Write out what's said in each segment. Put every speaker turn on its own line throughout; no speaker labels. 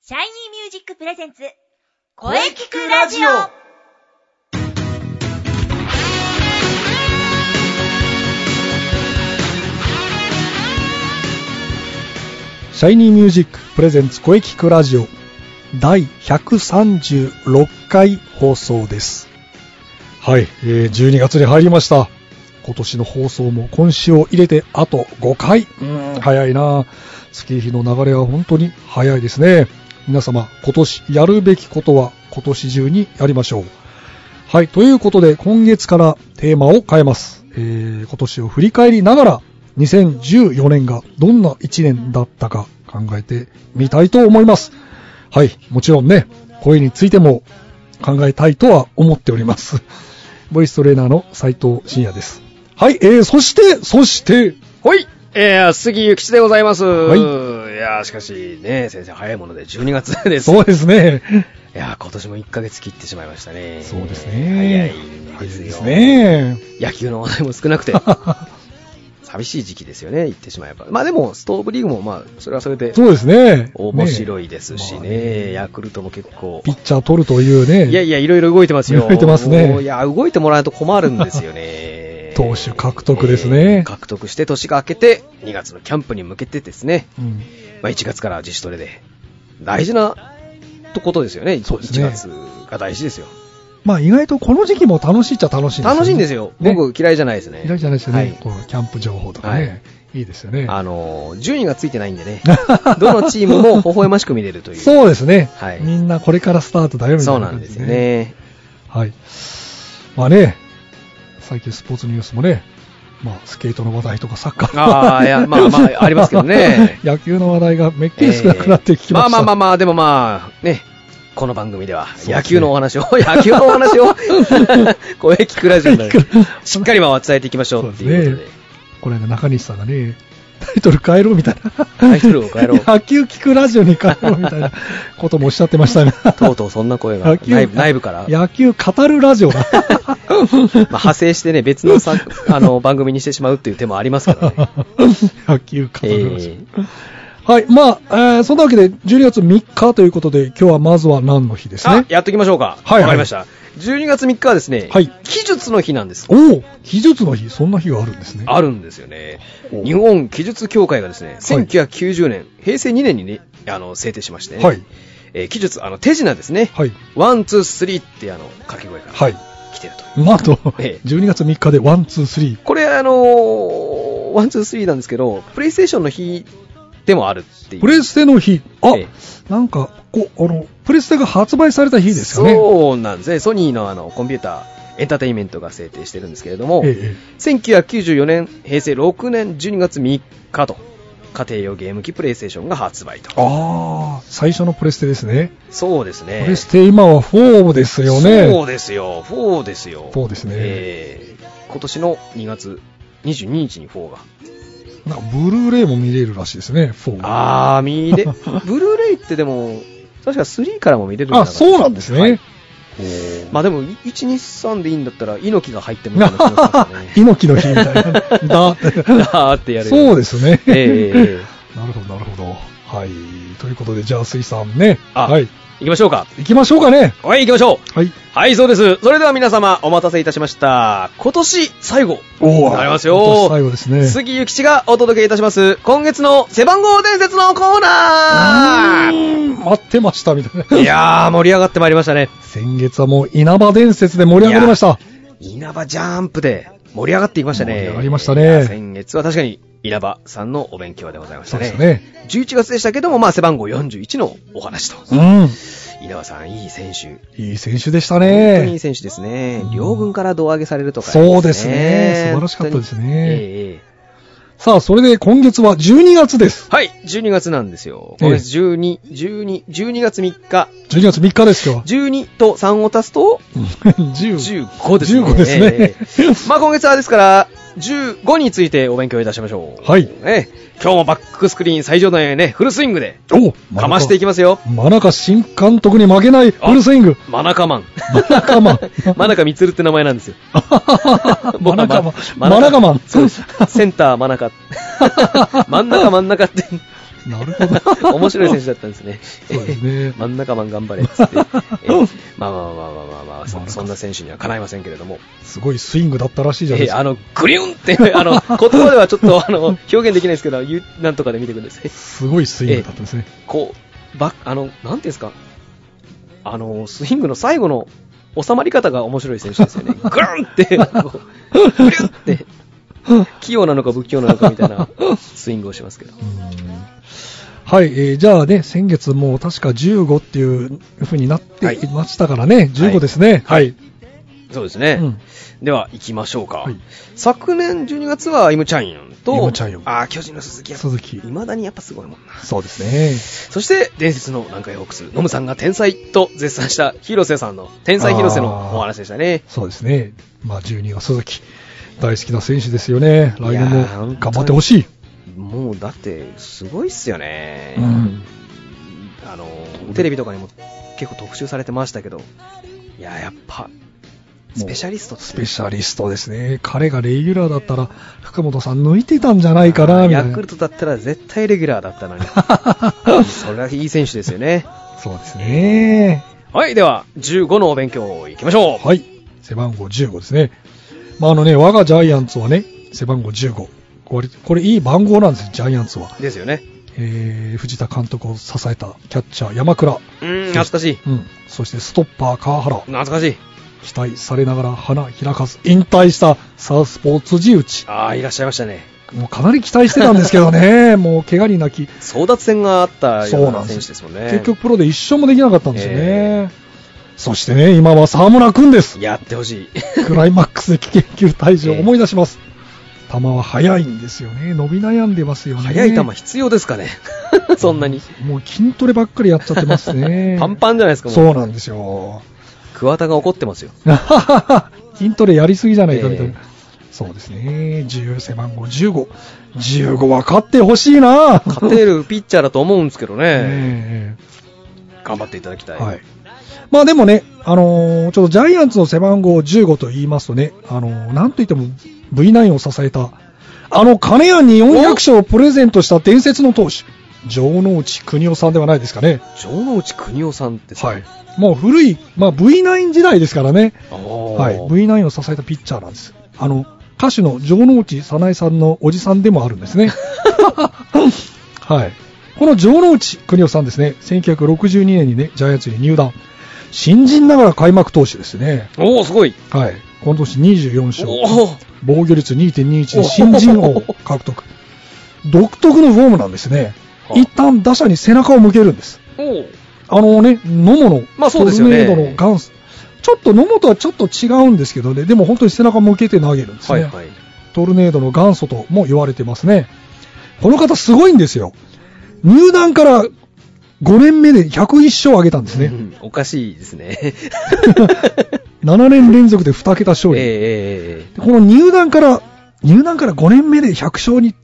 シャイニーミュージックプレゼンツ、
声聞くラジオ
シャイニーミュージックプレゼンツ声聞くラジオ第136回放送です。はい、えー12月に入りました。今年の放送も今週を入れてあと5回。うーん、早いな月日の流れは本当に早いですね。皆様、今年やるべきことは今年中にやりましょう。はい、ということで今月からテーマを変えます。えー今年を振り返りながら2014年がどんな1年だったか考えてみたいと思います。はい、もちろんね、声についても考えたいとは思っております。 ボイストレーナーの斉藤慎也です。はい、えー、そして、そして、
はい。えー、杉ゆきちでございます。。
はい
いやー、しかしね、先生早いもので12月です。
そうですね。
いやー、今年も1ヶ月切ってしまいましたね。
そうです
早い
ね。
ですよ。
早いですね。
野球の話題も少なくて、寂しい時期ですよね、言ってしまえば。まあでも、ストーブリーグもまあ、それはそれで
そうですね。
面白いですし
ね
ね、ヤクルトも結構
ピ。ッチャー取るというね、
いやいや、いろいろ動いてますよ。
動いてますね。
もういや、動いてもらわないと困るんですよね
投手獲得ですね
獲得して年が明けて、2月のキャンプに向けてですね、
うん
まあ、1月から自主トレで、大事なとことですよね、
そうですね
1月が大事ですよ。
まあ意外とこの時期も楽しいっちゃ楽しいんですよね
楽しいんですよ、
ね
僕、嫌いじゃないですね。
嫌いじゃないですよね、
はい
こうキャンプ情報とかね、、
はい
いですよね。
あのー順位がついてないんでね、 どのチームも微笑ましく見れるという、
そうですね、
はい
みんなこれからスタートだよみた
そ
いうな
な
感
ん
じ
ですよ。ね、
はい。まあね、最近スポーツニュースもね、まあスケートの話題とかサッカーの話題
あーいやまあまあありますけどね
野球の話題がめっきり少なくなってきました。
えーまあまあまあまあ、でもまあ、ね、この番組では野球のお話を、 野球のお話 を、声聞くラジオで、しっかりまあ伝えていきましょうってい
そ
うこと
う
で
で。この間中西さんがね、タイトル変えろみたいな。
タイトルを変えろ
野球聞くラジオに変えろみ たいなこともおっしゃってましたが。
とうとうそんな声が
野球
内部 内部から、まあ、
野球語るラジオだ。
派生してね、別のさあの番組にしてしまうっていう手もありますか らね。
野球語
え
るラジオ。
ー
はい。まあ、えーそんなわけで、12月3日ということで、今日はまずは何の日です
あ
ね、。
やっときましょうか。
はいはい
わかりました。12月3日はですね、
はい
記述の日なんです。
おお技術の日、そんな日があるんですね。
あるんですよね。
お
日本記述協会がですね、1990年、平成2年にね、あの、制定しまして、ね、
はい
えー記述、あの、手品ですね。
はい。
ワン、ツー、スリーって、あの、掛け声から
はい。
来てるという。
まあ、あと、
ええ
12月3日で、ワン、ツー、スリー。
これ、あのーワン、ツー、スリーなんですけど、プレイステーションの日でもあるっていう。
プレステの日。あ、
え
なんか、こう、あの、プレステが発売された日ですよね。
そうなんですね。ソニーのあのコンピューターエンターテインメントが制定してるんですけれども、
えええ
1994年、平成6年12月3日と、家庭用ゲーム機プレイステーションが発売
え
と。
ああ、最初のプレステですね。
そうですね。
プレステ今は4ですよね。
そうですよ。4ですよ。
4ですね
えー今年の2月22日に4が。
なんかブルーレイも見れるらしいですね、4。
あー、見 れ、ブルーレイってでも、確か3からも見れるんじゃ
あ
か
そうなんですね。
はい
おー。
まあでも、1、2、3でいいんだったら、猪木が入ってもいいかもしれませんね
猪木の日みた いな。 だ
だーってやる。
そうですね。
ええええ
なるほど、なるほど。はい。ということで、じゃあ、水さんね。
あ
はい。
行きましょうか。
行きましょうかね。
はい、行きましょう。
はい。
はい、そうです。それでは皆様、お待たせいたしました。今年最後。
お
なりますよ
今年最後ですね。
杉ゆきちがお届けいたします。今月の背番号伝説のコーナ
う
ー
ーん待ってました、みたいな。
いやー、盛り上がってまいりましたね。
先月はもう稲葉伝説で盛り上がりました。
稲葉ジャンプで盛り上がっていきましたね。
盛り上がりましたね
いや先月は確かに稲葉さんのお勉強でございまし
そう
た
で
ね。
すね。
11月でしたけども、まあ背番号41のお話と。
うん。
稲葉さん、いい選手。
いい選手でした
本当にいい
ね。
選手ですね
うん。
両軍から胴上げされるとか、
そうですね素晴らしかったですね
本当にええええ
さあ、それで今月は12月です。
はい、12月なんですよ。
ええ
今月12、12、12月3日、
12月3日ですよ。
12と3を足すと、
10。
15ですね。
15ですね
ええ まあ今月はですから、15についてお勉強いたしましょう。
はい
ね、今日もバックスクリーン最上段へね、フルスイングで、
お
かましていき
ま
ますよ。
す。真中新監督に負けないフルスイング。
マナカ マン。
真中マン。
マナカミツルって名前なんですよ。
真中マン。
マ
真中マン。
そうです。センターマナカ。真ん中真ん中って。
なるほど。
面白い選手だったんですね。
そうですね
真ん中マン頑張れっつって。えーまあまあまあまあまあ まあそ、そんな選手にはかないませんけれども。
すごいスイングだったらしいじゃない
え
です
ー
か。
あの、グリュンって、あの、言葉ではちょっと、あの、表現できないですけど、ゆなんとかで見てください。
すごいスイングだったんですね。
こう、バックあの、なんていうんですか、あの、スイングの最後の収まり方が面白い選手です よね。グルンって、こうグルンって、器用なのか不器用なのかみたいなスイングをしますけど。
はい、えーじゃあね、先月もう確か15っていう風になっていましたからね、15ですね。はい。
そうですね。
うん
では、行きましょうか。
はい
昨年12月はイムチャンヨンと、
イムチャンヨン
あー巨人の鈴木やっぱ
鈴木
未だにやっぱすごいもんな。
そうですね。
そして、伝説の南海ホークス、ノムさんが天才と絶賛した広瀬さんの、天才広瀬のお話でしたね。
そうですね。まあ12は鈴木。大好きな選手ですよね。来年
い
も
やー本当に
頑張ってほしい。
もうだって、すごいっすよね。
うん
あのテレビとかにも結構特集されてましたけど、いや、やっぱ、スペシャリストって
スペシャリストですね。彼がレギュラーだったら、福本さん抜いてたんじゃないかな、みた
ヤ
い
ク
な
ル。トだったら絶対レギュラーだったのに。 それはいい選手ですよね。
そうですね。
はい、では、15のお勉強行きましょう。
はい。背番号15ですね。まああのね、我がジャイアンツはね、背番号15。これ、これいい番号なんですよ、ジャイアンツは。
ですよね。
えー、藤田監督を支えたキャッチャー山倉、
うーん、懐かしい。
うん、そしてストッパー川原
懐かしい。
期待されながら花開かず引退したサウスポーツ地内
ああ、いらっしゃいましたね。
もうかなり期待してたんですけど ねもう怪我に泣き
争奪戦があったよ
そううな
なん選
で
手です
す
も
よ
んね。
結局プロで一勝もできなかったんですよね、
え
そしてね今は沢村君です
やってほしい。
クライマックスで危険球退場
え
を
え
思い出します、球は速いんですよね伸び悩んでますよね
速い球必要ですか ね。そんなに。
もう筋トレばっかりやっちゃってますね
パンパンじゃないですか、
そう
う。
なんですよ
桑田が怒ってますよ。
筋トレやりすぎじゃないかみたいな、
ええ
そうですね10背番号1515は勝ってほしいな
勝てるピッチャーだと思うんですけ どね。
え
頑張っていただきた
え
い。
はいまあでもね、あのーちょっとジャイアンツの背番号15と言いますとね、あのーなんといっても V9 を支えた、あの金谷に400勝をプレゼントした伝説の投手、城之内邦夫さんではないですかね。
城之内邦夫さんってさ、
はい。もう古い、まあ V9 時代ですからね。
あー
はい、V9 を支えたピッチャーなんです。あの歌手の城之内早苗さんのおじさんでもあるんですね。 はい、この城之内邦夫さんですね、1962年にね、ジャイアンツに入団。新人ながら開幕投手ですね。
おお、すごい。
はい。この年24勝。
おお、
防御率2.21で新人王を獲得。独特のフォームなんですね。
はあ
一旦打者に背中を向けるんです。
おお。
あのね、野茂の、
まあそうですよね
トルネードの元祖。ちょっと野茂とはちょっと違うんですけどね、でも本当に背中向けて投げるんです
は
ね。
いはい。
トルネードの元祖とも言われてますね。この方すごいんですよ。入団から5年目で101勝を挙げたんです
う
ね。
んおかしいです ね。
7年連続で2桁勝
ええ
利。
えええ
でこの入団から、入団から5年目で100勝に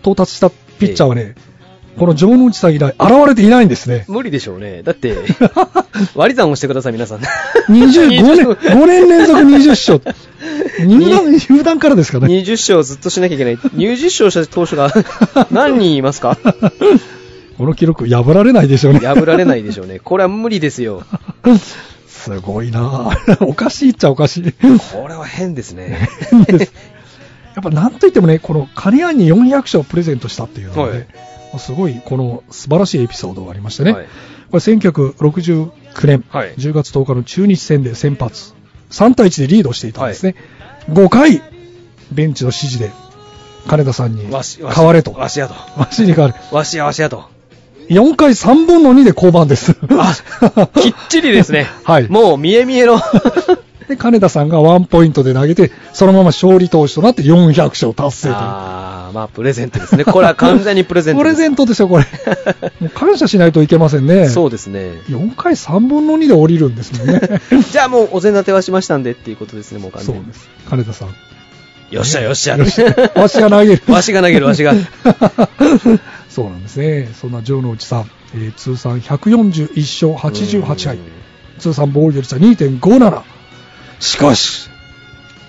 到達したピッチャーはね、この城之内さん以来現れていないんですね
え。無理でしょうね。だって、 割り算をしてください、皆さん。
25年、5年連続20勝。入団、入団からですかね。
20勝ずっとしなきゃいけない。20勝した投 手が何人いますか
この記録破られないでしょうね。
破られないでしょうね。これは無理ですよ。
すごいな ぁおかしいっちゃおかしい。 や
これは変ですね。
っぱなんといってもね、この金谷に400勝をプレゼントしたっていうのは
はい
ね、もうすごいこの素晴らしいエピソードがありましてね。
はい
これ1969年
はい
10月10日の中日戦で先発、3対1でリードしていたんですね。5回、ベンチの指示で金田さんに
わし、
代
わし。
われと。
わしやと。
わしに代われ。
わしや、わしやと。
4回3分の2で降板です。
きっちりですね。
はい
もう見え見え の。
で、金田さんがワンポイントで投げて、そのまま勝利投手となって400勝達成と
あー、まあ、プレゼントですね。これは完全にプレゼ
い
ン
う。プ
トで
レ
す。
ゼントですよ、 これ。もう感謝しないといけませんね。
そうですね。
4回3分の2で降りるんですもんね。
じゃあもうお膳立てはしましたんでっていうことですね、もう完
そ
全
う
に。
です。金田さん。
よっしゃよっしゃ。
よし わしが投げる。
わしが投げる、わしが。
そうなんですね。そんな城之内さん、えー通算141勝88敗
うん、
通算防御率は2.57。しかし、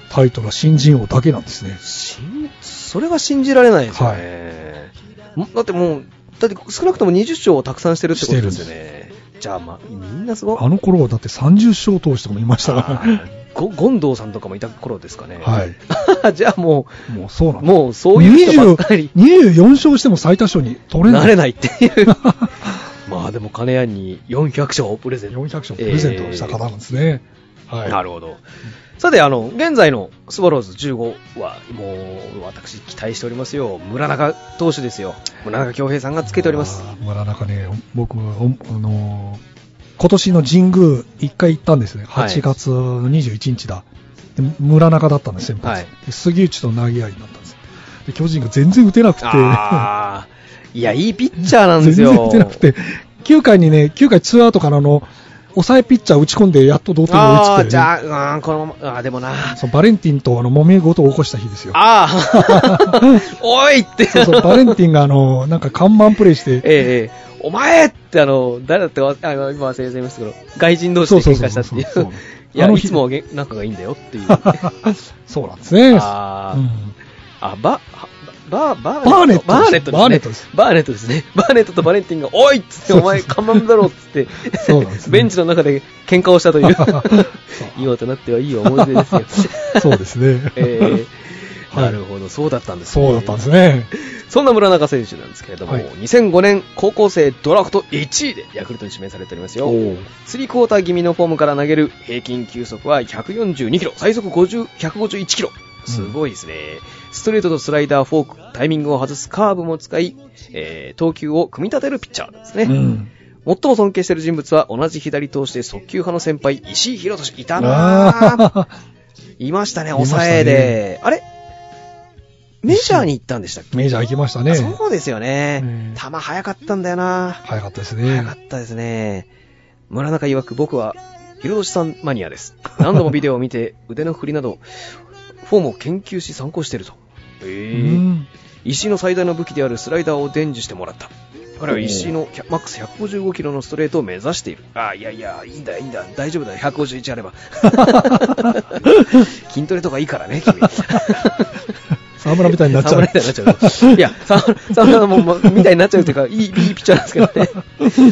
タイトルは新人王だけなんですね。
信それが信じられないですよね。んだってもう、だって少なくとも20勝をたくさんしてるってことですよね。じゃあ、まあ、みんなすごい。
あの頃はだって30勝投手とかもいました
あ
か
ーゴゴンドウさんとかもいた頃ですかね。
ら、はい、
じゃあも
もうそうな
う、
んだ
もうそういう人ばっかり
20 24勝しても最多勝に取れ
な
ない
れないって いう。まあでも金谷に400勝をプレゼント。
400勝プレゼントした方なんですね、はい、
なるほど。さて、あの、現在のスワローズ15は、もう、私、期待しておりますよ。村中投手ですよ。村中恭平さんがつけております。
あー村中ね、僕、おあのー今年の神宮、1回行ったんですね、
はい
8月21日だ、で村中だったんです、先発、
はい
で杉内と投げ合いになったんです、で巨人が全然打てなくて、
あーいや、いいピッチャーなんで
全
すよ。
然打てなくて、9回にね、9回ツーアウトからの抑えピッチャー打ち込んで、やっと同点に追いつ
あ
く
あ、
て、
じゃあ、うんこのまま、ああ、でもな。
そうバレンティンとあの揉め事を起こした日ですよ。
ああ、 おいって。
そうそうバレンティンがあのなんか看板プレーして、
ええええお前ってあの、誰だってわ、あ今忘れちゃいましたけど、外人同士で喧嘩した
そう
ってい
そうそうそう
う。 い
あ
や、
の
い
日
つもげ仲がいいんだよっ ていう。
そうなんですね。
あ
う
ー
ん
あ、ば、ば、ば、
バーネット
バーネットですね。
バーネットです
バーネットですね。バーネットとバレンティンが、おいっつって、お前、看板だろっつって、
そうなんですね
ベンチの中で喧嘩をした という、今となってはいい思い出ですよ。。
そうですね
えー
はい
なるほど、そうだったんですね
そうだったんですね。
そんな村中選手なんですけれども、
はい
2005年高校生ドラフト1位でヤクルトに指名されておりますよ。スリークォーター気味のフォームから投げる平均球速は142キロ、最速50 151キロ。すごいですね、ストレートとスライダー、フォーク、タイミングを外すカーブも使い、えー投球を組み立てるピッチャーですね。
うん
最も尊敬している人物は同じ左投手で速球派の先輩、石井宏俊。いたなぁ
あ
いましたね、抑えで。あれメジャーに行ったんでしたっけ
ーメジャー行きましたね
あ。そうですよね
ね。
球早かったんだよな。
早かったですね
早か。ったですね。村中曰く僕は、ひろどしさんマニアです。何度もビデオを見て、腕の振りなど、フォームを研究し参考していると。
う
へえ
ん
石井の最大の武器であるスライダーを伝授してもらった。彼は石井の100マックス155キロのストレートを目指している。ああ、いやいや、いいんだ、いいんだ、大丈夫だ、151あれば。 筋トレとかいいからね、君。
沢村みたいになっちゃう。
沢村みたいになっちゃう。いや、沢沢村ももうみたいになっちゃうというか、いい、いいピッチャーなんですけど ね。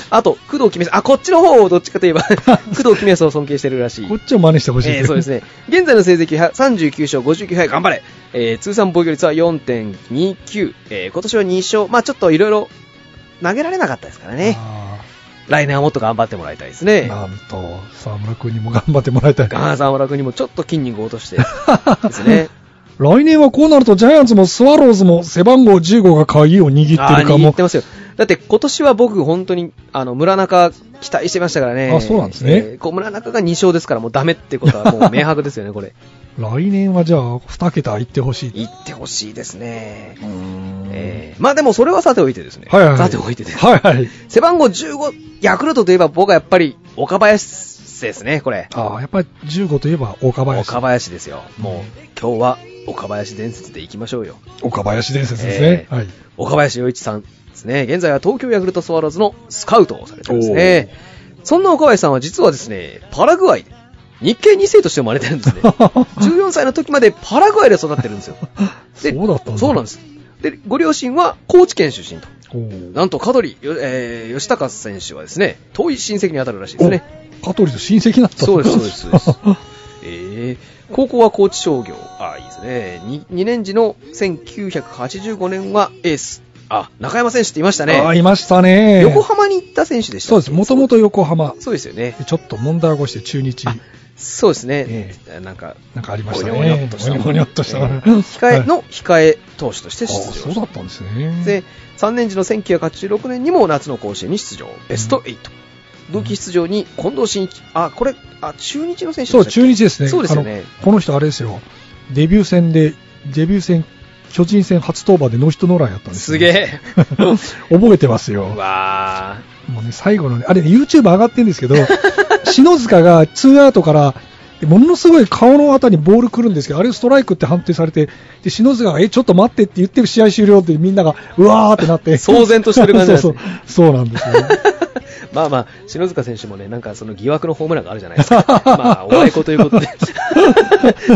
あと、工藤公康。あ、こっちの方をどっちかといえば、工藤公康を尊敬してるらしい
こ。っちを真似してほしい。
えーそうです
ね。
ね。現在の成績は39勝59敗、頑張れ。えー通算防御率は4.29。えー今年は2勝。まあちょっといろいろ投げられなかったですからね。
あ
来年はもっと頑張ってもらいたいです
ー
ね。
なんと、沢村君にも頑張ってもらいたい。
ガー沢村君にもちょっと筋肉を落としてで すね。
来年はこうなるとジャイアンツもスワローズも背番号15が鍵を握って
あ
るか
握っ
も
て。ますよ。だって今年は僕本当に、あの、村中期待してましたからね。
あそうなんですね
えーこう村中が2勝ですからもうダメってことはもう明白ですよね、これ。
来年はじゃあ2桁いってほしい。
言ってほしいですね。えーまあでもそれはさておいてですね。
はいはい。
さておいてです。
はいはい。
背番号15、ヤクルトといえば僕はやっぱり岡林ですね、これ。
ああ、やっぱり15といえば岡林。
岡林ですよ。もう今日は岡林伝説でいきましょうよ。
岡林伝説ですね。
えー
はい。
岡林洋一さんですね。現在は東京ヤクルトスワローズのスカウトをされてますね。そんな岡林さんは実はですね、パラグアイで、日系2世として生まれてるんで すね。14歳の時までパラグアイで育ってるんですよ。で
そうだったんだ
そうなんです。で、ご両親は高知県出身と。
おー
なんと、香取、よえー、吉高選手はですね、遠い親戚に当たるらしいですね。
香取と親戚だった
そうです、そうです、そうです。 えー、高校は高知商業。ああ、いいですね。に2年時の1985年はエース。あ、中山選手っていましたね。
ああ、いましたね。
横浜に行った選手でした
そうです。もとも
と。
と横浜。
そうですよね。
ちょっと問題を起こして中日
あそうですね
え。
なんか、
なんかありましたね。
ごにょごにょっとした
ごにょごにょっとした。
えー控え、の控え投手として
出
出
場。あそうだ
場。
ったんですね。
で、3年時の1986年にも夏の甲子園に出場。ベスト8。同期出場に近藤真一。あ、これ、あ、中日の選手
そ
で
う、
したっけ
中日ですね。
そうですよね
あのこの人あれですよ。デビュー戦で、デビュー戦、巨人戦初登板でノーヒットノーランやったんです
す
よ
げえ。
覚えてますよ。
うわ
もうね、最後のね、あれ、YouTube 上がってるんですけど、篠塚がツーアウトからでものすごい顔のあたりにボール来るんですけど、あれストライクって判定されて、で、篠塚が、え、ちょっと待ってって言って試合終了ってみんなが、うわーってなって。
騒然としてる感じなんです
そう
ね
そう。そうなんですよね。
まあまあ、篠塚選手もね、なんかその疑惑のホームランがあるじゃないですか。 まあ、おあいこということで。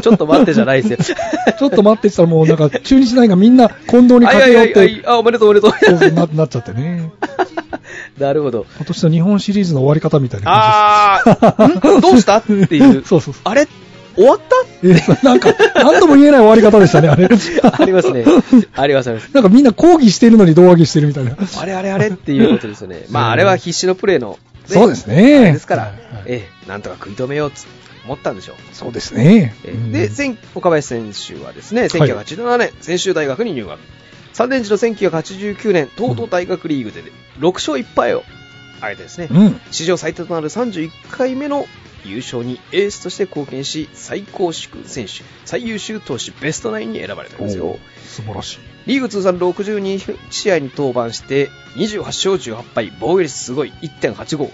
ちょっと待ってじゃないですよ。
ちょっと待ってしたらもうなんか、中日ナインがみんな近藤に
あい
駆
や
け寄っ
いやいや
て
い、や、あ、おめでとうおめでとう。
そうそうななっちゃってね。
なるほど。
今年の日本シリーズの終わり方みたいな感じです。
あ ー、んどうしたって いう。
そうそうそう
あれ終わった
えなんか、なんとも言えない終わり方でしたね、あれ。
ありますね。ありますあります。
なんかみんな抗議してるのに胴上げしてるみたいな。
あれあれあれっていうことですよね。まあ、あれは必死のプレーの、
そうですね
あれですから、
はいはい
ええ、なんとか食い止めようと思ったんでしょう。
そうですね。
え
うん
ーで、千岡林選手はですね、1987年、専修大学に入学。3年時の1989年、東都大学リーグで6勝1敗を挙げてですね、
うん。
史上最多となる31回目の優勝にエースとして貢献し、最高祝選手、最優秀投手、ベストナインに選ばれたんですよ。
素晴らしい。
リーグ通算62試合に登板して、28勝18敗、防御率すごい1.85、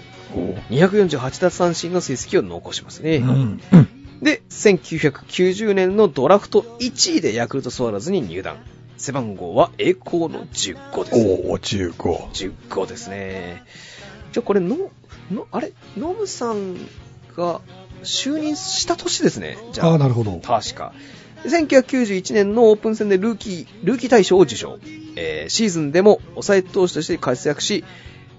248奪三振の成績を残しますね。
うん。うん
で、1990年のドラフト1位でヤクルトスワローズに入団。背番号は栄光の15です。
おお、15。
15ですね。じゃあこれの、の、あれ、ノブさんが就任した年ですね。じゃ
あ
あ、
あ、なるほど。
確か。1991年のオープン戦でルーキー、ルーキー大賞を受賞。えーシーズンでも抑え投手として活躍し、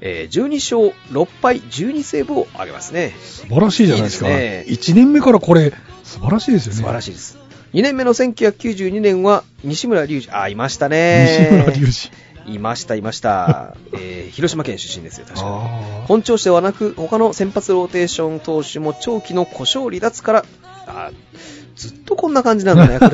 えー12勝6敗12セーブを挙げますね。
素晴らしいじゃないですか。
いいですね
1年目からこれ、素晴らしいですよね。
素晴ら
しい。
しいです。2年目の1992年は西村隆二、あ、いましたね。
西村隆二。
二。いました、いました。えー広島県出身ですよ、確かに。
ああ。
本調子ではなく、他の先発ローテーション投手も長期の故障離脱から、あずっとこんな感じなんだ ね、こ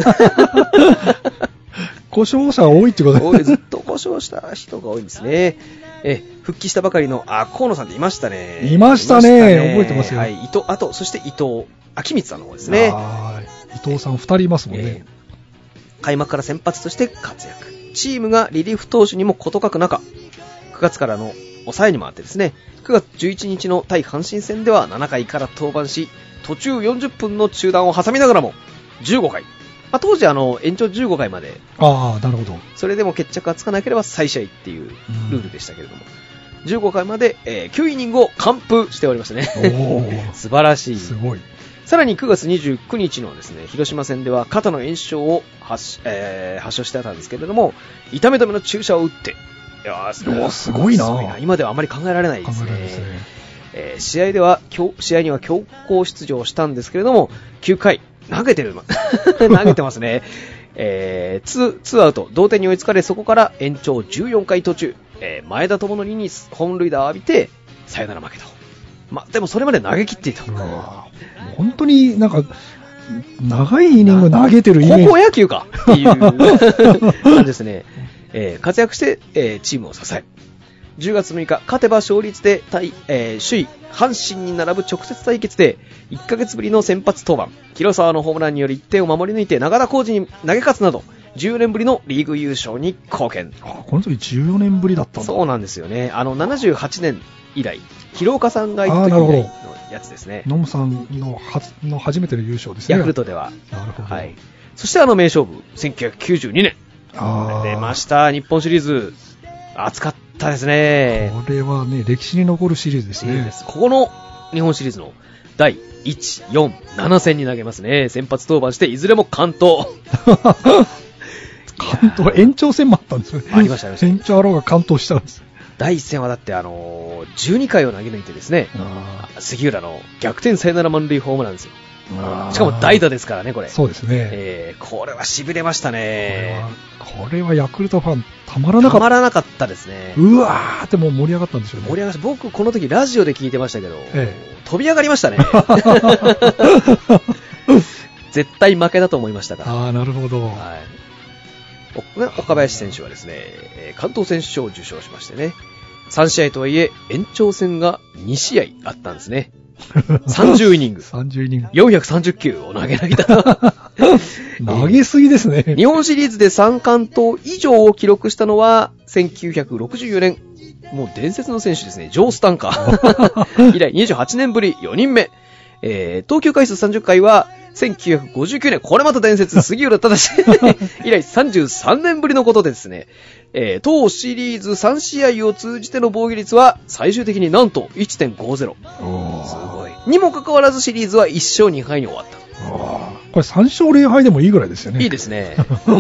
故障者が多いってこと
れおいずっと故障した人が多いんですね。えー復帰したばかりの、あ、河野さんっていましたね。
いましたね
い
覚えてますよ
はい、伊藤、あと、そして伊藤、秋光さんの方ですね。
はーい伊藤さん2人いますもんね
え。ー開幕から先発として活躍チームがリリーフ投手にも事欠く中9月からの抑えに回ってですね9月11日の対阪神戦では7回から登板し途中40分の中断を挟みながらも15回、まあ、当時あの延長15回まで
ああ、なるほど。
それでも決着がつかなければ再試合っていうルールでしたけれども、15回まで、えー9イニングを完封しておりましたね
おー
素晴らしい
すごい。
さらに9月29日のですね、広島戦では肩の炎症を発し、えー発症してたんですけれども、痛め止めの注射を打って、いやーす
いやーすごいな
今ではあまり考えられない
考
です
え
ね。
られですね。
えー試合では、強試合には強行出場したんですけれども、9回、投げてる、 投げてますね。えー、ツー、ツーアウト、同点に追いつかれ、そこから延長14回途中、えー前田智則に本塁打を浴びて、サヨナラ負けと。まあ、でもそれまで投げ切っていた。
うわー本当になんか、長いイニング投げてるイメージ。
高校野 球かっていう感じですね。えー活躍して、えーチームを支え。10月6日、勝てば勝率で対、えー首位、阪神に並ぶ直接対決で、1ヶ月ぶりの先発登板、広沢のホームランにより1点を守り抜いて、長田浩二に投げ勝つなど、14年ぶりのリーグ優勝に貢献。
あこの時14年ぶりだったんだ。
そうなんですよね。あの、78年以来、広岡さんが行
あー
った
な
時
る
以
ほど
来のやつですね。
ノムさんの初の初めての優勝ですね。
ヤクルトでは。
なるほど。
はい。そしてあの名勝負、1992年。
あー
出ました、日本シリーズ。熱かったですね。
これはね、歴史に残るシリーズです
シリーズで
ね。
す。ここの日本シリーズの第1、4、7戦に投げますね。先発登板して、いずれも完投。
関東、延長戦もあったんですよね。
ありましたありました
延長あろうが関東したんです。
第1戦はだって、あのー12回を投げ抜いてですね、
あ
杉浦の逆転サヨナラ満塁ホームランですよ。
ー
しかも代打ですからね、これ。
そうですね。
えーこれは痺れましたね。
これは、これはヤクルトファン、たまらなか
た
っ
ま
た。
らなかったですね。
うわーってもう盛り上がったんでしょうね。
盛り上がりました僕、この時ラジオで聞いてましたけど、
え
飛び上がり ましたね。絶対負けだと思いましたから。
ああ、なるほど。
はいおね岡林選手はですね、えー関東選手賞を受賞しましてね、3試合とはいえ、延長戦が2試合あったんですね。30イニング、
30イニング。
430球を投げ投げた。
投げすぎですね。
日本シリーズで3関東以上を記録したのは、1964年、もう伝説の選手ですね、ジョー・スタンカー。以来28年ぶり4人目。えー、投球回数30回は、1959年、これまた伝説、杉浦正 以来33年ぶりのことでですね、えー、当シリーズ3試合を通じての防御率は、最終的になんと1.50。
おー
すごい。にもかかわらずシリーズは1勝2敗に終わった。
あーこれ3勝0敗でもいいぐらいですよね。
いいで すね。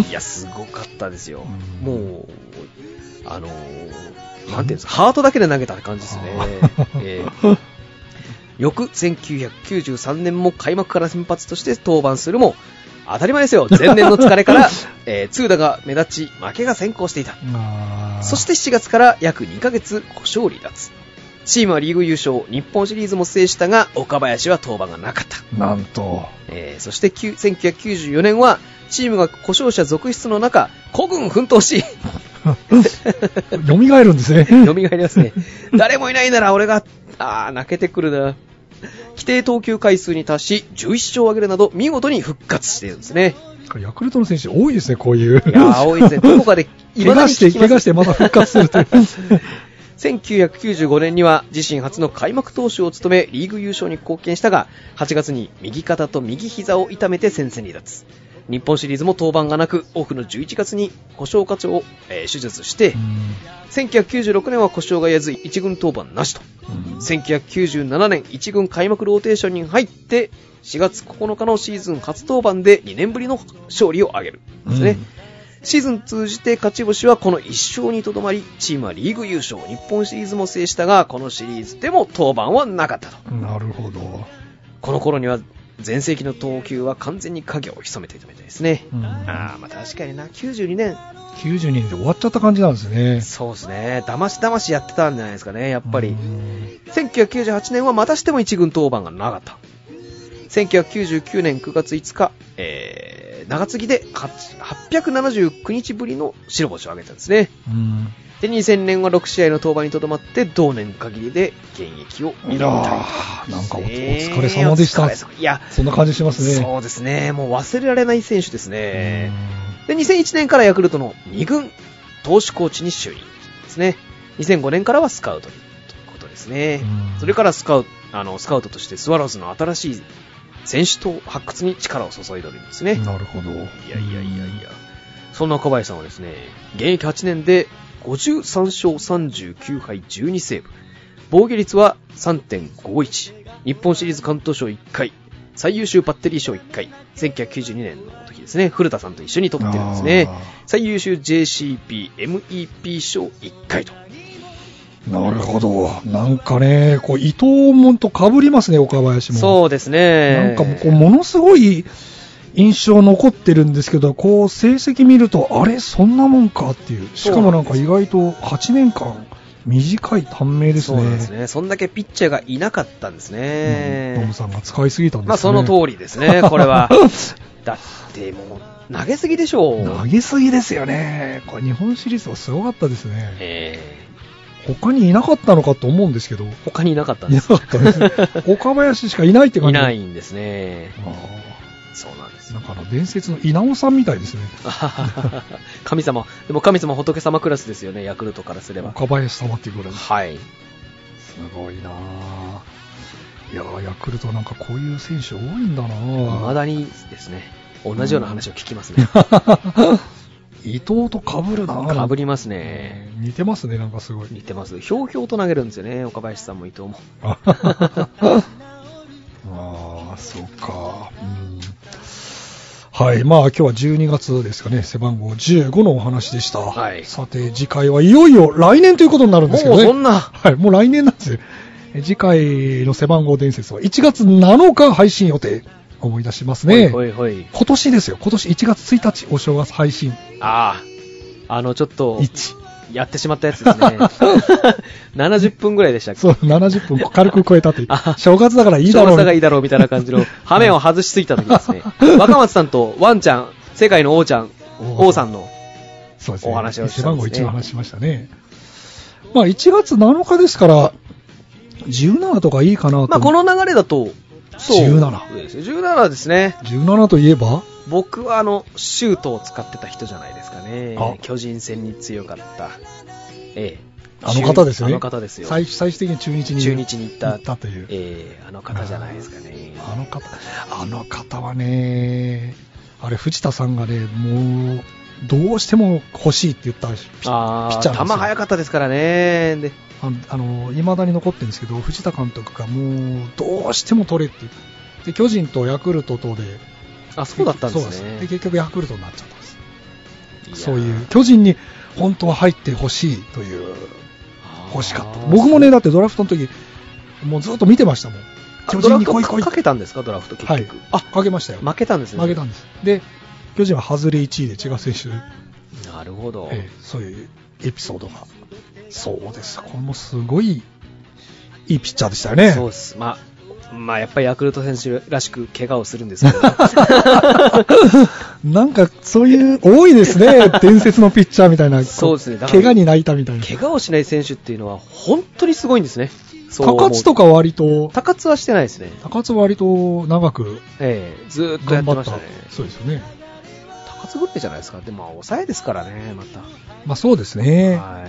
いや、すごかったですよ。
うん
もう、あのーなんていうんですか、ハートだけで投げた感じですね
あ。
えー翌1993年も開幕から先発として登板するも、当たり前ですよ。前年の疲れ から、えー、通打が目立ち、負けが先行していた。
あー
そして7月から約2ヶ月、故障離脱。チームはリーグ優勝、日本シリーズも制したが、岡林は登板がなかった。
なんと。
えーそして9 1994年はチームが故障者続出の中孤軍奮 闘し
蘇るんですね。
蘇りますね誰もいないなら俺があー泣けてくるな規定投球回数に達し11勝を挙げるなど見事に復活しているんですね
ヤクルトの選手多いですね、こういう。
いやー青いですねどこかで
怪我して、怪我してまた復活する という。
1995年には自身初の開幕投手を務めリーグ優勝に貢献したが8月に右肩と右膝を痛めて戦線離脱日本シリーズも登板がなくオフの11月に故障課長を、えー手術して
うん
1996年は故障がやず1軍登板なしと
うん
1997年1軍開幕ローテーションに入って4月9日のシーズン初登板で2年ぶりの勝利を挙げるんですね、
うん
シーズン通じて勝ち星はこの1勝にとどまりチームはリーグ優勝日本シリーズも制したがこのシリーズでも登板はなかったと
なるほど。
この頃には全盛期の投球は完全に影を潜めていたみたいですね、
うん
ああまあ確かにな92年
92年で終わっちゃった感じなんですね。
そうですねだましだましやってたんじゃないですかねやっぱり、
うん
1998年はまたしても1軍登板がなかった1999年9月5日、えー、長継ぎで879日ぶりの白星を挙げたんですね
うん
で2000年は6試合の登板にとどまって同年限りで現役を引退
いやーなんかおお疲れ様でした
お疲れ様いや
そんな感じしますね。
そうですねもう忘れられない選手ですね、で、2001年からヤクルトの2軍投手コーチに就任ですね。2005年からはスカウトにということですね
う。ん
それからスカウあのスカウトとしてスワローズの新しい選手と発掘に力を注いでおります
う
ね
ん。なるほど。
いやいやいやいや。そんな小林さんはですね、現役8年で53勝39敗12セーブ。防御率は3.51。日本シリーズ関東賞1回。最優秀バッテリー賞1回。1992年の時ですね、古田さんと一緒に取ってるんですね
あー。
最優秀 JCP、MEP 賞1回と。
なるほど。なんかね、こう、伊藤門と被りますね、岡林も。
そうです
な
ね。
んかもうこう、ものすごい印象残ってるんですけど、こう、成績見ると、あれ、そんなもんかっていう。しかもなんか意外と8年間、短い短命です
そう
ね。
なんですね。そんだけピッチャーがいなかったんですね。
うんノムさんが使いすぎたんですね。
まあその通りですね、これは。だってもう、投げすぎでしょ う。
投げすぎですよね。これ日本シリーズはすごかったですね。
え
他にいなかったのかと思うんですけど、い
ー他にいなかったんで
な
す
か。った です。岡林しかいないって感
い
じ。
ないんですね。
あ
そうなんで
ー
す
な
よ
ん。かあの伝説の稲尾さんみたいですね。
神様、でも神様仏様クラスですよね、ヤクルトからすれば。
岡林様っていうぐらい。
はい。
すごいなあいやあヤクルトなんかこういう選手多いんだな
ま
あ
だにですね、同じような話を聞きますね。
伊藤と被るなあ
かぶりますね。
似てますね、なんかすごい。
似てます。ひょうひょうと投げるんですよね、岡林さんも伊藤も。
ああー、そうか。うんはい。まあ、今日は12月ですかね。背番号15のお話でした。
はい
さて、次回はいよいよ来年ということになるん
も
です
う
けどね。
そんな、
はい。もう来年なんですよ。え次回の背番号伝説は1月7日配信予定。思い出しますね。
ほいほいほい。
今年ですよ。今年1月1日、お正月配信
ああ、あの、ちょっと、
1。
やってしまったやつで すね。70分ぐらいでしたっけ
そう、70分軽く超えたという
あ。
正月だからいいだ
調
ろう
査がいいだろうみたいな感じの、羽目を外しすぎた時ですね。若松さんとワンちゃん、世界の王ちゃん、王さんの、
そうですね。
お話をしたん
背番
ですね
号1の話しましたね。まあ、1月7日ですから、17とかいいかなと。
まあこの流れだと、
17
ですね17ですね。
17といえば、
僕はあの、シュートを使ってた人じゃないですかね
あ。
巨人戦に強かった。ええ。
あの方ですよね。
あの方ですよ
最最終的に中日に
中日に行った
という。
えーあの方じゃないですかね。
あの方、あの方はね、あれ、藤田さんがね、もう、どうしても欲しいって言ったピ
あ
ピッチャー
ー球早
か
かったですからね。で、
あのあの、未だに残ってるんですけど、藤田監督がもう、どうしても取れって言ってで、巨人とヤクルトとで、
あ、そうだったんで
そ
す
う
ね。
で結局ヤクルトになっちゃったんです。
や
そ
ー
ういう、巨人に本当は入ってほしいという、欲しかった。
あー
僕もね、だってドラフトの時、もうずっと見てましたもん。
あドラフト
来い来い
かけたんですか、ドラフト結
はい
局。。
あ、かけましたよ。
負けたんですね。
負けたんです。で、巨人は外れ1位で千賀選手、
なるほど。
えーそういうエピソードが。そうです。これもすごいいいピッチャーでしたよね。
そうです。まあ、まあ、やっぱりヤクルト選手らしく怪我をするんです けど、
なんかそういう、多いです ね。伝説のピッチャーみたいな。
そうですねだから
怪我に泣いたみたいな。
怪我をしない選手っていうのは本当にすごいんですね。そう思う
高津とか割と、
高津はしてないですね。
高津は割と長く
ええずーっとや
頑
って
張っ。
ましたたね。
そうですよね。
高津ぐらいじゃないですか。でも、まあ抑えですからね、また。
まあそうですね。
は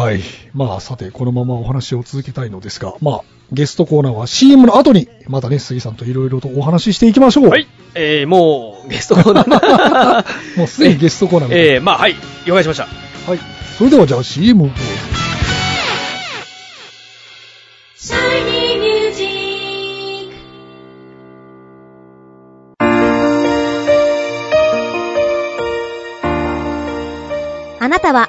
い。
はい。まあ、さて、このままお話を続けたいのですが、まあ、ゲストコーナーは CM の後に、またね、杉さんといろいろとお話ししていきましょう。
はい。、えー、もう、ゲストコーナ ー。
もうすでにゲストコーナーみたい
えー、まあ、はい、了解しました。
はい。それではじゃあ CM を。
Shiny Music! あなたは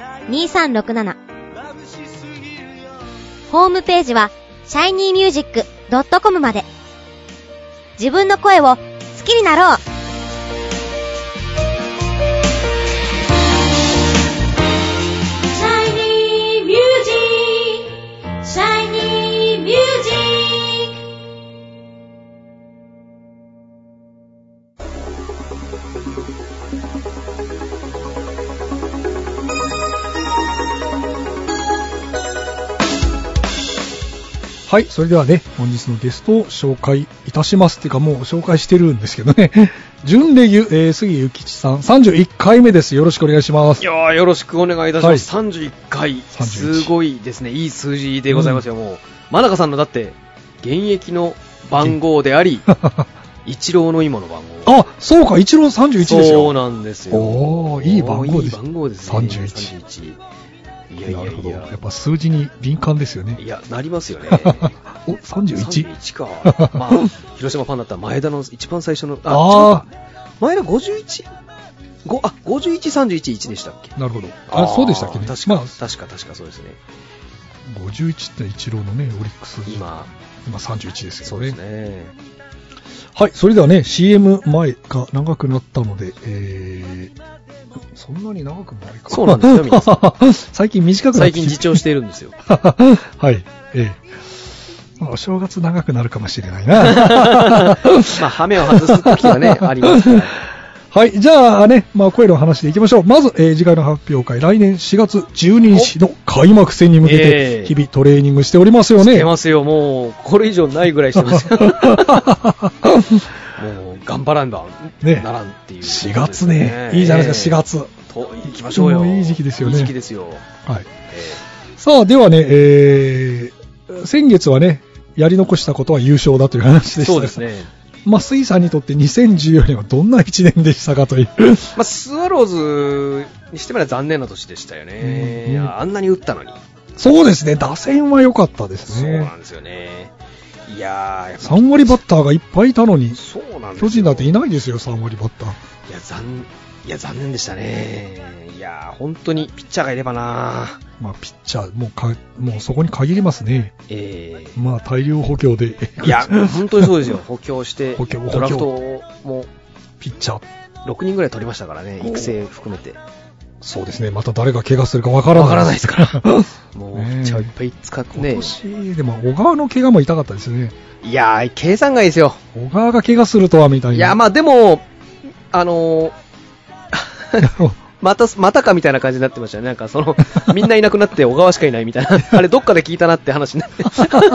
ホームページは shinymusic.com まで自分の声を好きになろうシャイニーミュージックシャイニーミュージック
はい。それではね、本日のゲストを紹介いたします。っていうか、もう紹介してるんですけどね。 準レギュ、えー、杉ゆきちさん、31回目です。よろしくお願いします
い。やーよろしくお願いいたします。31回、
31
すごいですね、いい数字でございますよ、もう。真中さんのだって、現役の番号で あり、一郎の今の番号。
あ、そうか、一郎31ですよ。
そうなんですよ。
おーいい番号です
おーいい番号ですね。
31
31いやいや
なるほ
い
ど。
や
やっ。ぱ数字に敏感ですよね。
いや、なります よね。
お、31。
31か。 まあ、広島ファンだったら前田の一番最初の、
あ
あ、違うか前田 51? ごあ、51、31、1でしたっけ
なるほど。あ、そうでしたっけね。
確
ま
か、
あ、
確か、確かそうですね。
51って一郎のね、オリックス。
今、
今31です
そ
よ
う
ね。
ですね。
はい、それではね、CM 前が長くなったので、えー、そんなに長くもないか。
そうなんですよ皆
最近短くなっ
最
て
近自重しているんですよ。
はい、えーまあお正月長くなるかもしれないな。
まあ、羽目を外す時はね、ありますから。
はい、じゃあね、まあ、声の話でいきましょう。まず、えー次回の発表会、来年4月12日の開幕戦に向け
え
て、
ー
日々トレーニングしておりますよね。
してますよ、もう、これ以上ないぐらいし てますよ。もう、頑張らんば、
ね
ならんっていう、
4月ね、いいじゃないですか、4
月。
月。
と行きましょうよ。
もういい時期ですよね
いい時期ですよ。
はい。
え
さあ、ではね、えー、先月はね、やり残したことは優勝だという話
え
でした。
そうです。ね。
まあ、水さんにとって2014年はどんな1年でしたかという。
まあ、スワローズにしてみれば残念な年でしたよね。
うん
いやあんなに打ったのに。
そうですね、打線は良かったです
そうな
ね。
んですよね。いやー、やっぱ
3割バッターがいっぱいいたのに、
そうなんですよ
巨人なんていないですよ、3割バッター。
いや、残、いや、残念でしたね。いやー、本当にピッチャーがいればな
まあ、ピッチャー、もうか、もうそこに限りますね。
ええ
まあ、大量補強で。
いや、本当にそうですよ。補強して、
補強補強
ドラフトも
ピッチャー。
6人ぐらい取りましたからね、
お
育成含めて。
そうですね、また誰が怪我するかわからない。
わからないですから。 も
ねえ
う、ちゃいっぱい使って
今
ね。
年、でも小川の怪我も痛かったですね。
いやー、計算外ですよ。
小川が怪我するとはみたいな。
いや、まあでも、あのー また、またかみたいな感じになってましたね。なんか その、みんないなくなって小川しかいないみたいな。あれ、どっかで聞いたなって話にな って。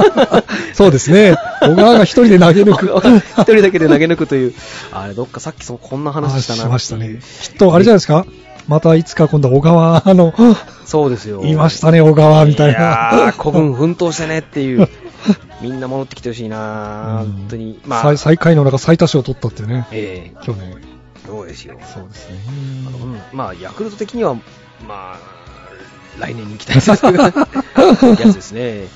そうですね。小川が一人で投げ抜く。
一人だけで投げ抜くという。あれ、どっかさっきそこんな話したな。
あしましたね。きっと、あれじゃないですか。またいつか今度は小川 の、
そうですよ。
いましたね、小川、みたい
いや
な。
ー、古文奮闘してねっ ていう。みんな戻ってきてほしいなー、
うん
本当に。まあ
最、最下位の中最多勝を取ったっていうね。
ええ
去年。
そうですよ。
そうですね。
あのうんまあ、ヤクルト的には、まあ、来年に期待す るやつですね。
うん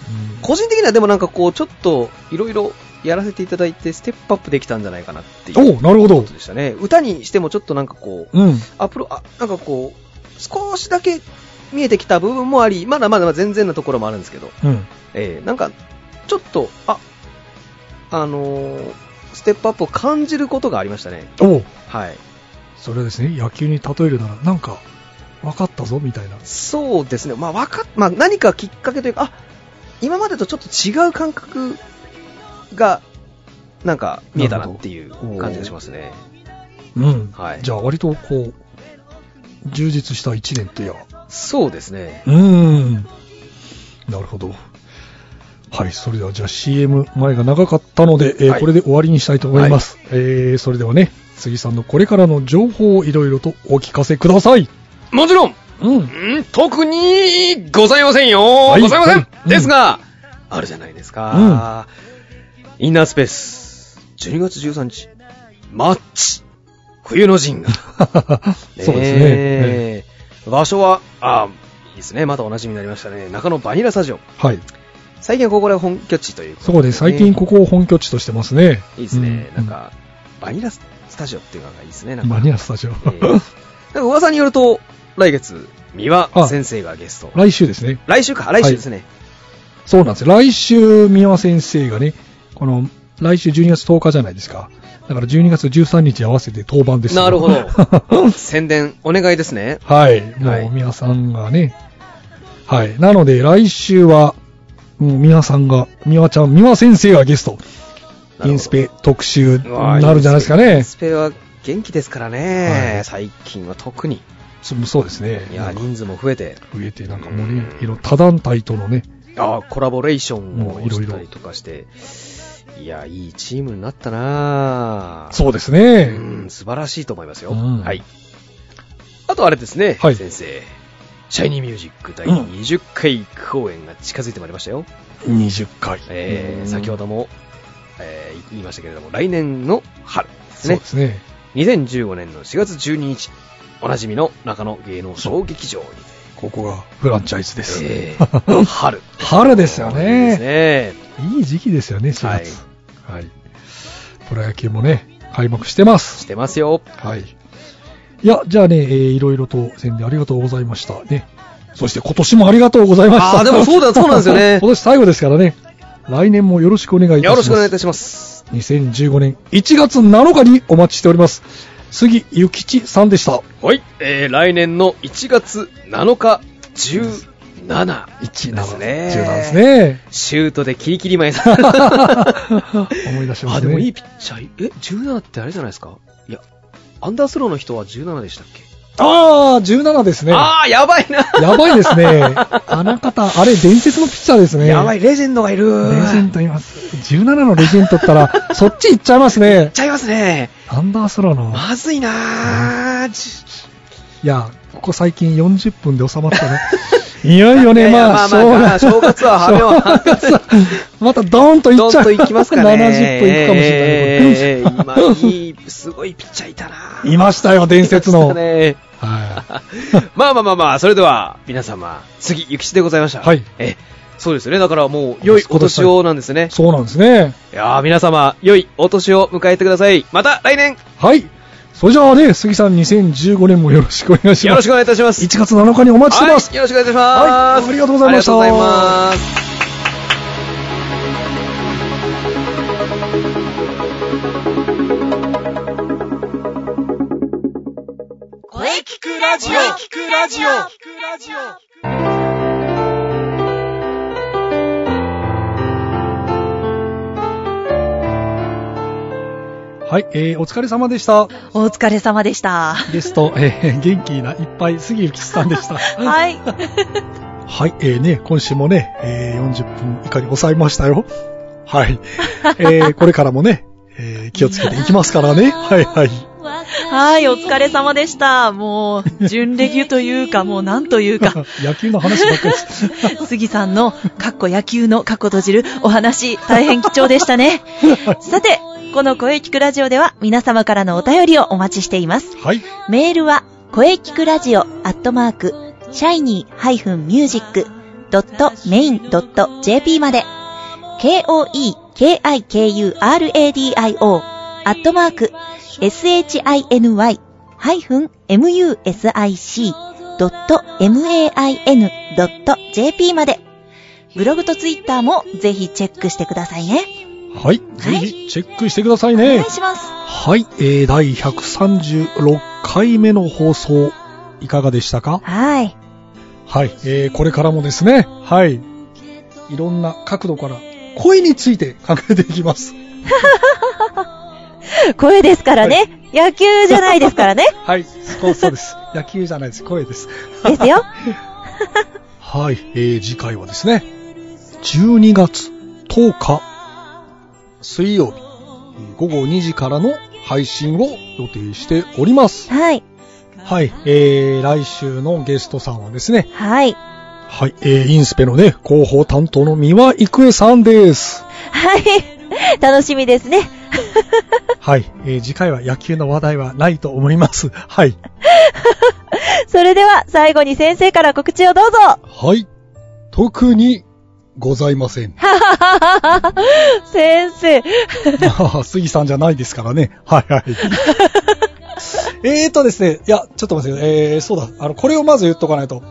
個人的にはでもなんかこう、ちょっといろいろやらせていただいて、ステップアップできたんじゃないかなっていうこ
おなるほど
と。でしたね。歌にしてもちょっとなんかこう、
うん。
アプロ、あ、なんかこう、少しだけ見えてきた部分もあり、まだまだ全然なところもあるんですけど、
うん。
えーなんか、ちょっと、あ、あのーステップアップを感じることがありましたね。
お
はい。
それはですね、野球に例えるなら、なんか、分かったぞ、みたいな。
そうですね。まあ、わかっ、まあ、何かきっかけというか、あ、今までとちょっと違う感覚が、なんか、見えたなっていう感じがしますね。
うん。
はい
じゃあ、割とこう、充実した一年ってや。
そうですね。
うーん。なるほど。はい、それではじゃあ CM 前が長かったので、えー
はい
これで終わりにしたいと思います。えー、それではね、杉さんのこれからの情報をいろいろとお聞かせください。
もちろん、
うん。
ん特にございませんよ、
い
ございません、
はいうん
ですが、あるじゃないですか、インナースペース、12月13日、マッチ、冬の 陣が。
そうですね。えー
ねえ場所は、あいいですね、またお馴染みになりましたね、中野バニラスタジオ。
はい。
最近はここら本拠地ということ
そこで最近ここを本拠地としてますね。
いいですね、
う
なん、か、バニラスタジオっていうのがいいですね、なんか。
マニアスタジオ。
えーなんか噂によると、来月、三輪先生がゲスト。
来週ですね。
来週か、来週ですね。
そうなんですよ。来週、三輪先生がね、この、来週12月10日じゃないですか。だから12月13日合わせて当番ですよ
なるほ ど。宣伝、お願いですね。
はい。も、
はいう
皆さんがね。はい。なので、来週は、うん、皆さんが、美輪ちゃん、美輪先生がゲスト、
なるほど
インスペ特集に
うわー
なるんじゃないですか
イン
ね。
スペは元気ですからね、
はい
最近は特に。
そうそうですね。
いや
な
ー、
んか
人数も増えて、
増えて、なんかもうね
う、ん
いろ、他団体とのね、
あーコラボレーション
も
を
ういろい
し
ろ
たりとかして、いやー、いいチームになったなー
そうです
う
ね。
ん、素晴らしいと思いますよ。
うん
はい。あとあれですね、
はい
先生。シャイニーミュージック第
うん
20回公演が近づいてまいりましたよ。
20回。
え
う
ー、
ん
先ほども、えー言いましたけれども、来年の春です
そう
ね
で。すね。
2015年の4月12日、おなじみの中野芸能小劇場にて、
ここがフランチャイズです。
えー春。
春ですよ
いい
ね。
ですね。
いい時期ですよね、4月。はい。プロ野球もね、開幕してます
し。てますよ。
はい。いや、じゃあね、えーいろいろと宣伝ありがとうございました。ね。そして今年もありがとうございました。
あーでもそ うだそうなんですよね
今年最後ですからね。来年もよろしくお願いいたします。
よろしくお願いいたします。
2015年1月7日にお待ちしております。杉ゆきちさんでした。
はい、えー、来年の1月7日、17。
1
ですね
17ですね。
シュートでキリキリ前さん。
思い出しま
あ、
すね。
でもいいピッチャー、え、17ってあれじゃないですかいや、アンダースローの人は17でしたっけ、
あー、17ですね。
ああ、やばいな、
やばいですね。あの方、あれ、伝説のピッチャーですね。
やばい、レジェンドがいる
レジェン
ー。
ドいます。17のレジェンドったら、そっち行っちゃいますね。
ちゃいますね。
アンダースローの。
まずいなーじ
いや、ここ最近40分で収まったね。いよいよ
いや
ね、
いや
まあ、
まあまあ
しょう
正
が
月は羽目は
正月はまたドーンと行
ど
っ
ん
ちゃう。
と行きますかね。
70分行くかもしれないけ
え
ど。
ー今、いい、すごいピッチャーいたなー
いましたよ、伝説の。はい。
ねまあまあまあまあ、それでは、皆様、次、ゆきちでございました。
はい
え、そうですよね。だからもう、良いお年をなんですね。
そうなんですね。
いやー皆様、良いお年を迎えてください。また来年、
はい。それじゃあね、杉さん2015年もよろしくお願いし
よ
ま
ろ
す
し。くお願いいたします。
1月7日にお待ちしてます。
はい、よろしくお願いいたします。
はいありがとうございました
ありがとうございます。
声聞くラジオ
ラジオ
はい、えー、お疲れ様でした。
お疲れ様でした。
ゲスト、えー、元気ないっぱい杉浦さんでした。は
はい。
い、えー、ね、今週もね、えー、40分以下に抑えましたよ。はい。えー、これからもね、えー、気をつけていきますからね。はい、はい。
はい、お疲れ様でした。もう、準レギュというか、もうなんというか、
野球の話ばっかりです。
杉さんの、かっこ野球のかっこ閉じるお話、大変貴重でしたね。さて、この声聞くラジオでは皆様からのお便りをお待ちしています。
はい。
メールは、声聞くラジオアットマーク、shiny-music.main.jp まで、k-o-e-k-i-k-u-r-a-d-i-o アットマーク、shiny-music.main.jp まで、ブログとツイッターもぜひチェックしてくださいね。
はい。ぜひ、チェックしてくださいね
お願い。します。
はい。えー、第136回目の放送、いかがでしたか
はい。
はい、えーこれからもですね、はい、いろんな角度から恋について考えていきます。
声ですからね。野球じゃないですから ね。
はい、そうそうです。野球じゃないです、声です。
ですよ。
はい、えー次回はですね、12月10日、水曜日、えー午後2時からの配信を予定しております。
はい。
はい、えー来週のゲストさんはですね、
はい。
はい、えーインスペのね、広報担当の三輪郁恵さんです。
はい。 楽しみですね。
はい、えー次回は野球の話題はないと思います。はい。
それでは最後に先生から告知をどうぞ。。
はい。特にございません
先生。
まあ、杉さんじゃないですからね。はいはい。えーとですね、いや、ちょっと待ってください。えー、そうだ。あの、これをまず言っとかないと。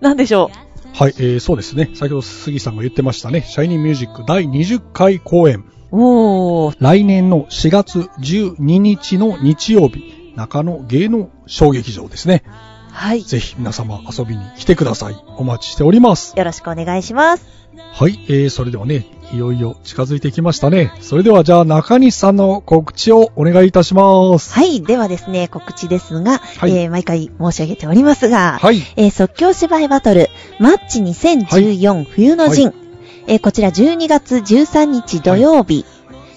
なんでしょ
はい、えー、そうですね。先ほど杉さんが言ってましたね。シャイニーミュージック第20回公演。
う。おー。
来年の4月12日の日曜日、中野芸能小劇場ですね。
はい。
ぜひ皆様遊びに来てください。お待ちしております。
よろしくお願いします。
はい、えー、それではね、いよいよ近づいてきましたね。それではじゃあ中西さんの告知をお願いいたします。
はい。ではですね、告知ですが、
い
えー毎回申し上げておりますが、
はい、
えー即興芝居バトル、マッチ2014冬の陣、
は
えーこちら12月13日土曜日、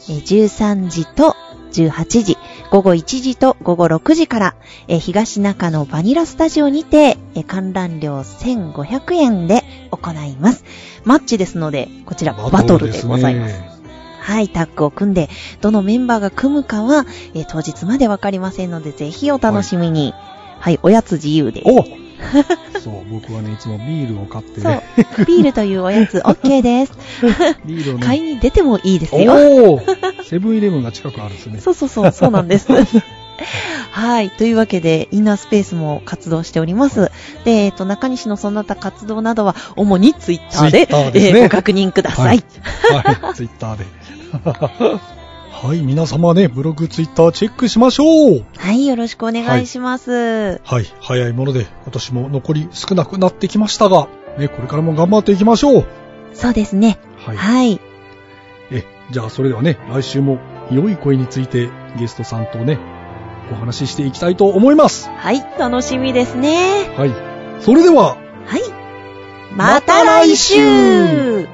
えー13時と18時、午後1時と午後6時から、えー東中野バニラスタジオにて、えー観覧料1500円で行います。マッチですので、こちらバトルでございます。
すね。
はい、タッグを組んで、どのメンバーが組むかは、えー当日までわかりませんので、ぜひお楽しみに。はい、おやつ自由です。
おそう、僕はね、いつもビールを買って
そう
ね、、
ビールというお やつ OK です。
ビールを
買い
ね、
に出てもいいですよ。
おーセブンイレブンが近くあるんですね。
そうそうそう、そうなん です。はい。というわけで、インナースペースも活動しております。で、えっ、と、中西のその他活動などは、主にツイッターで、
Twitter ですね
えーご確認ください。
はい、ツイッターで。 はい、皆様ね、ブログ、ツイッターチェックしましょう。
はい、よろしくお願いします。
はい、早いもので、今年も残り少なくなってきましたが、ね、これからも頑張っていきましょう。
そうですね。
はい。
はい。
え、じゃあそれではね、来週も良い声についてゲストさんとね、お話ししていきたいと思います。
はい、楽しみですね。
はい。それでは、
はい。また来週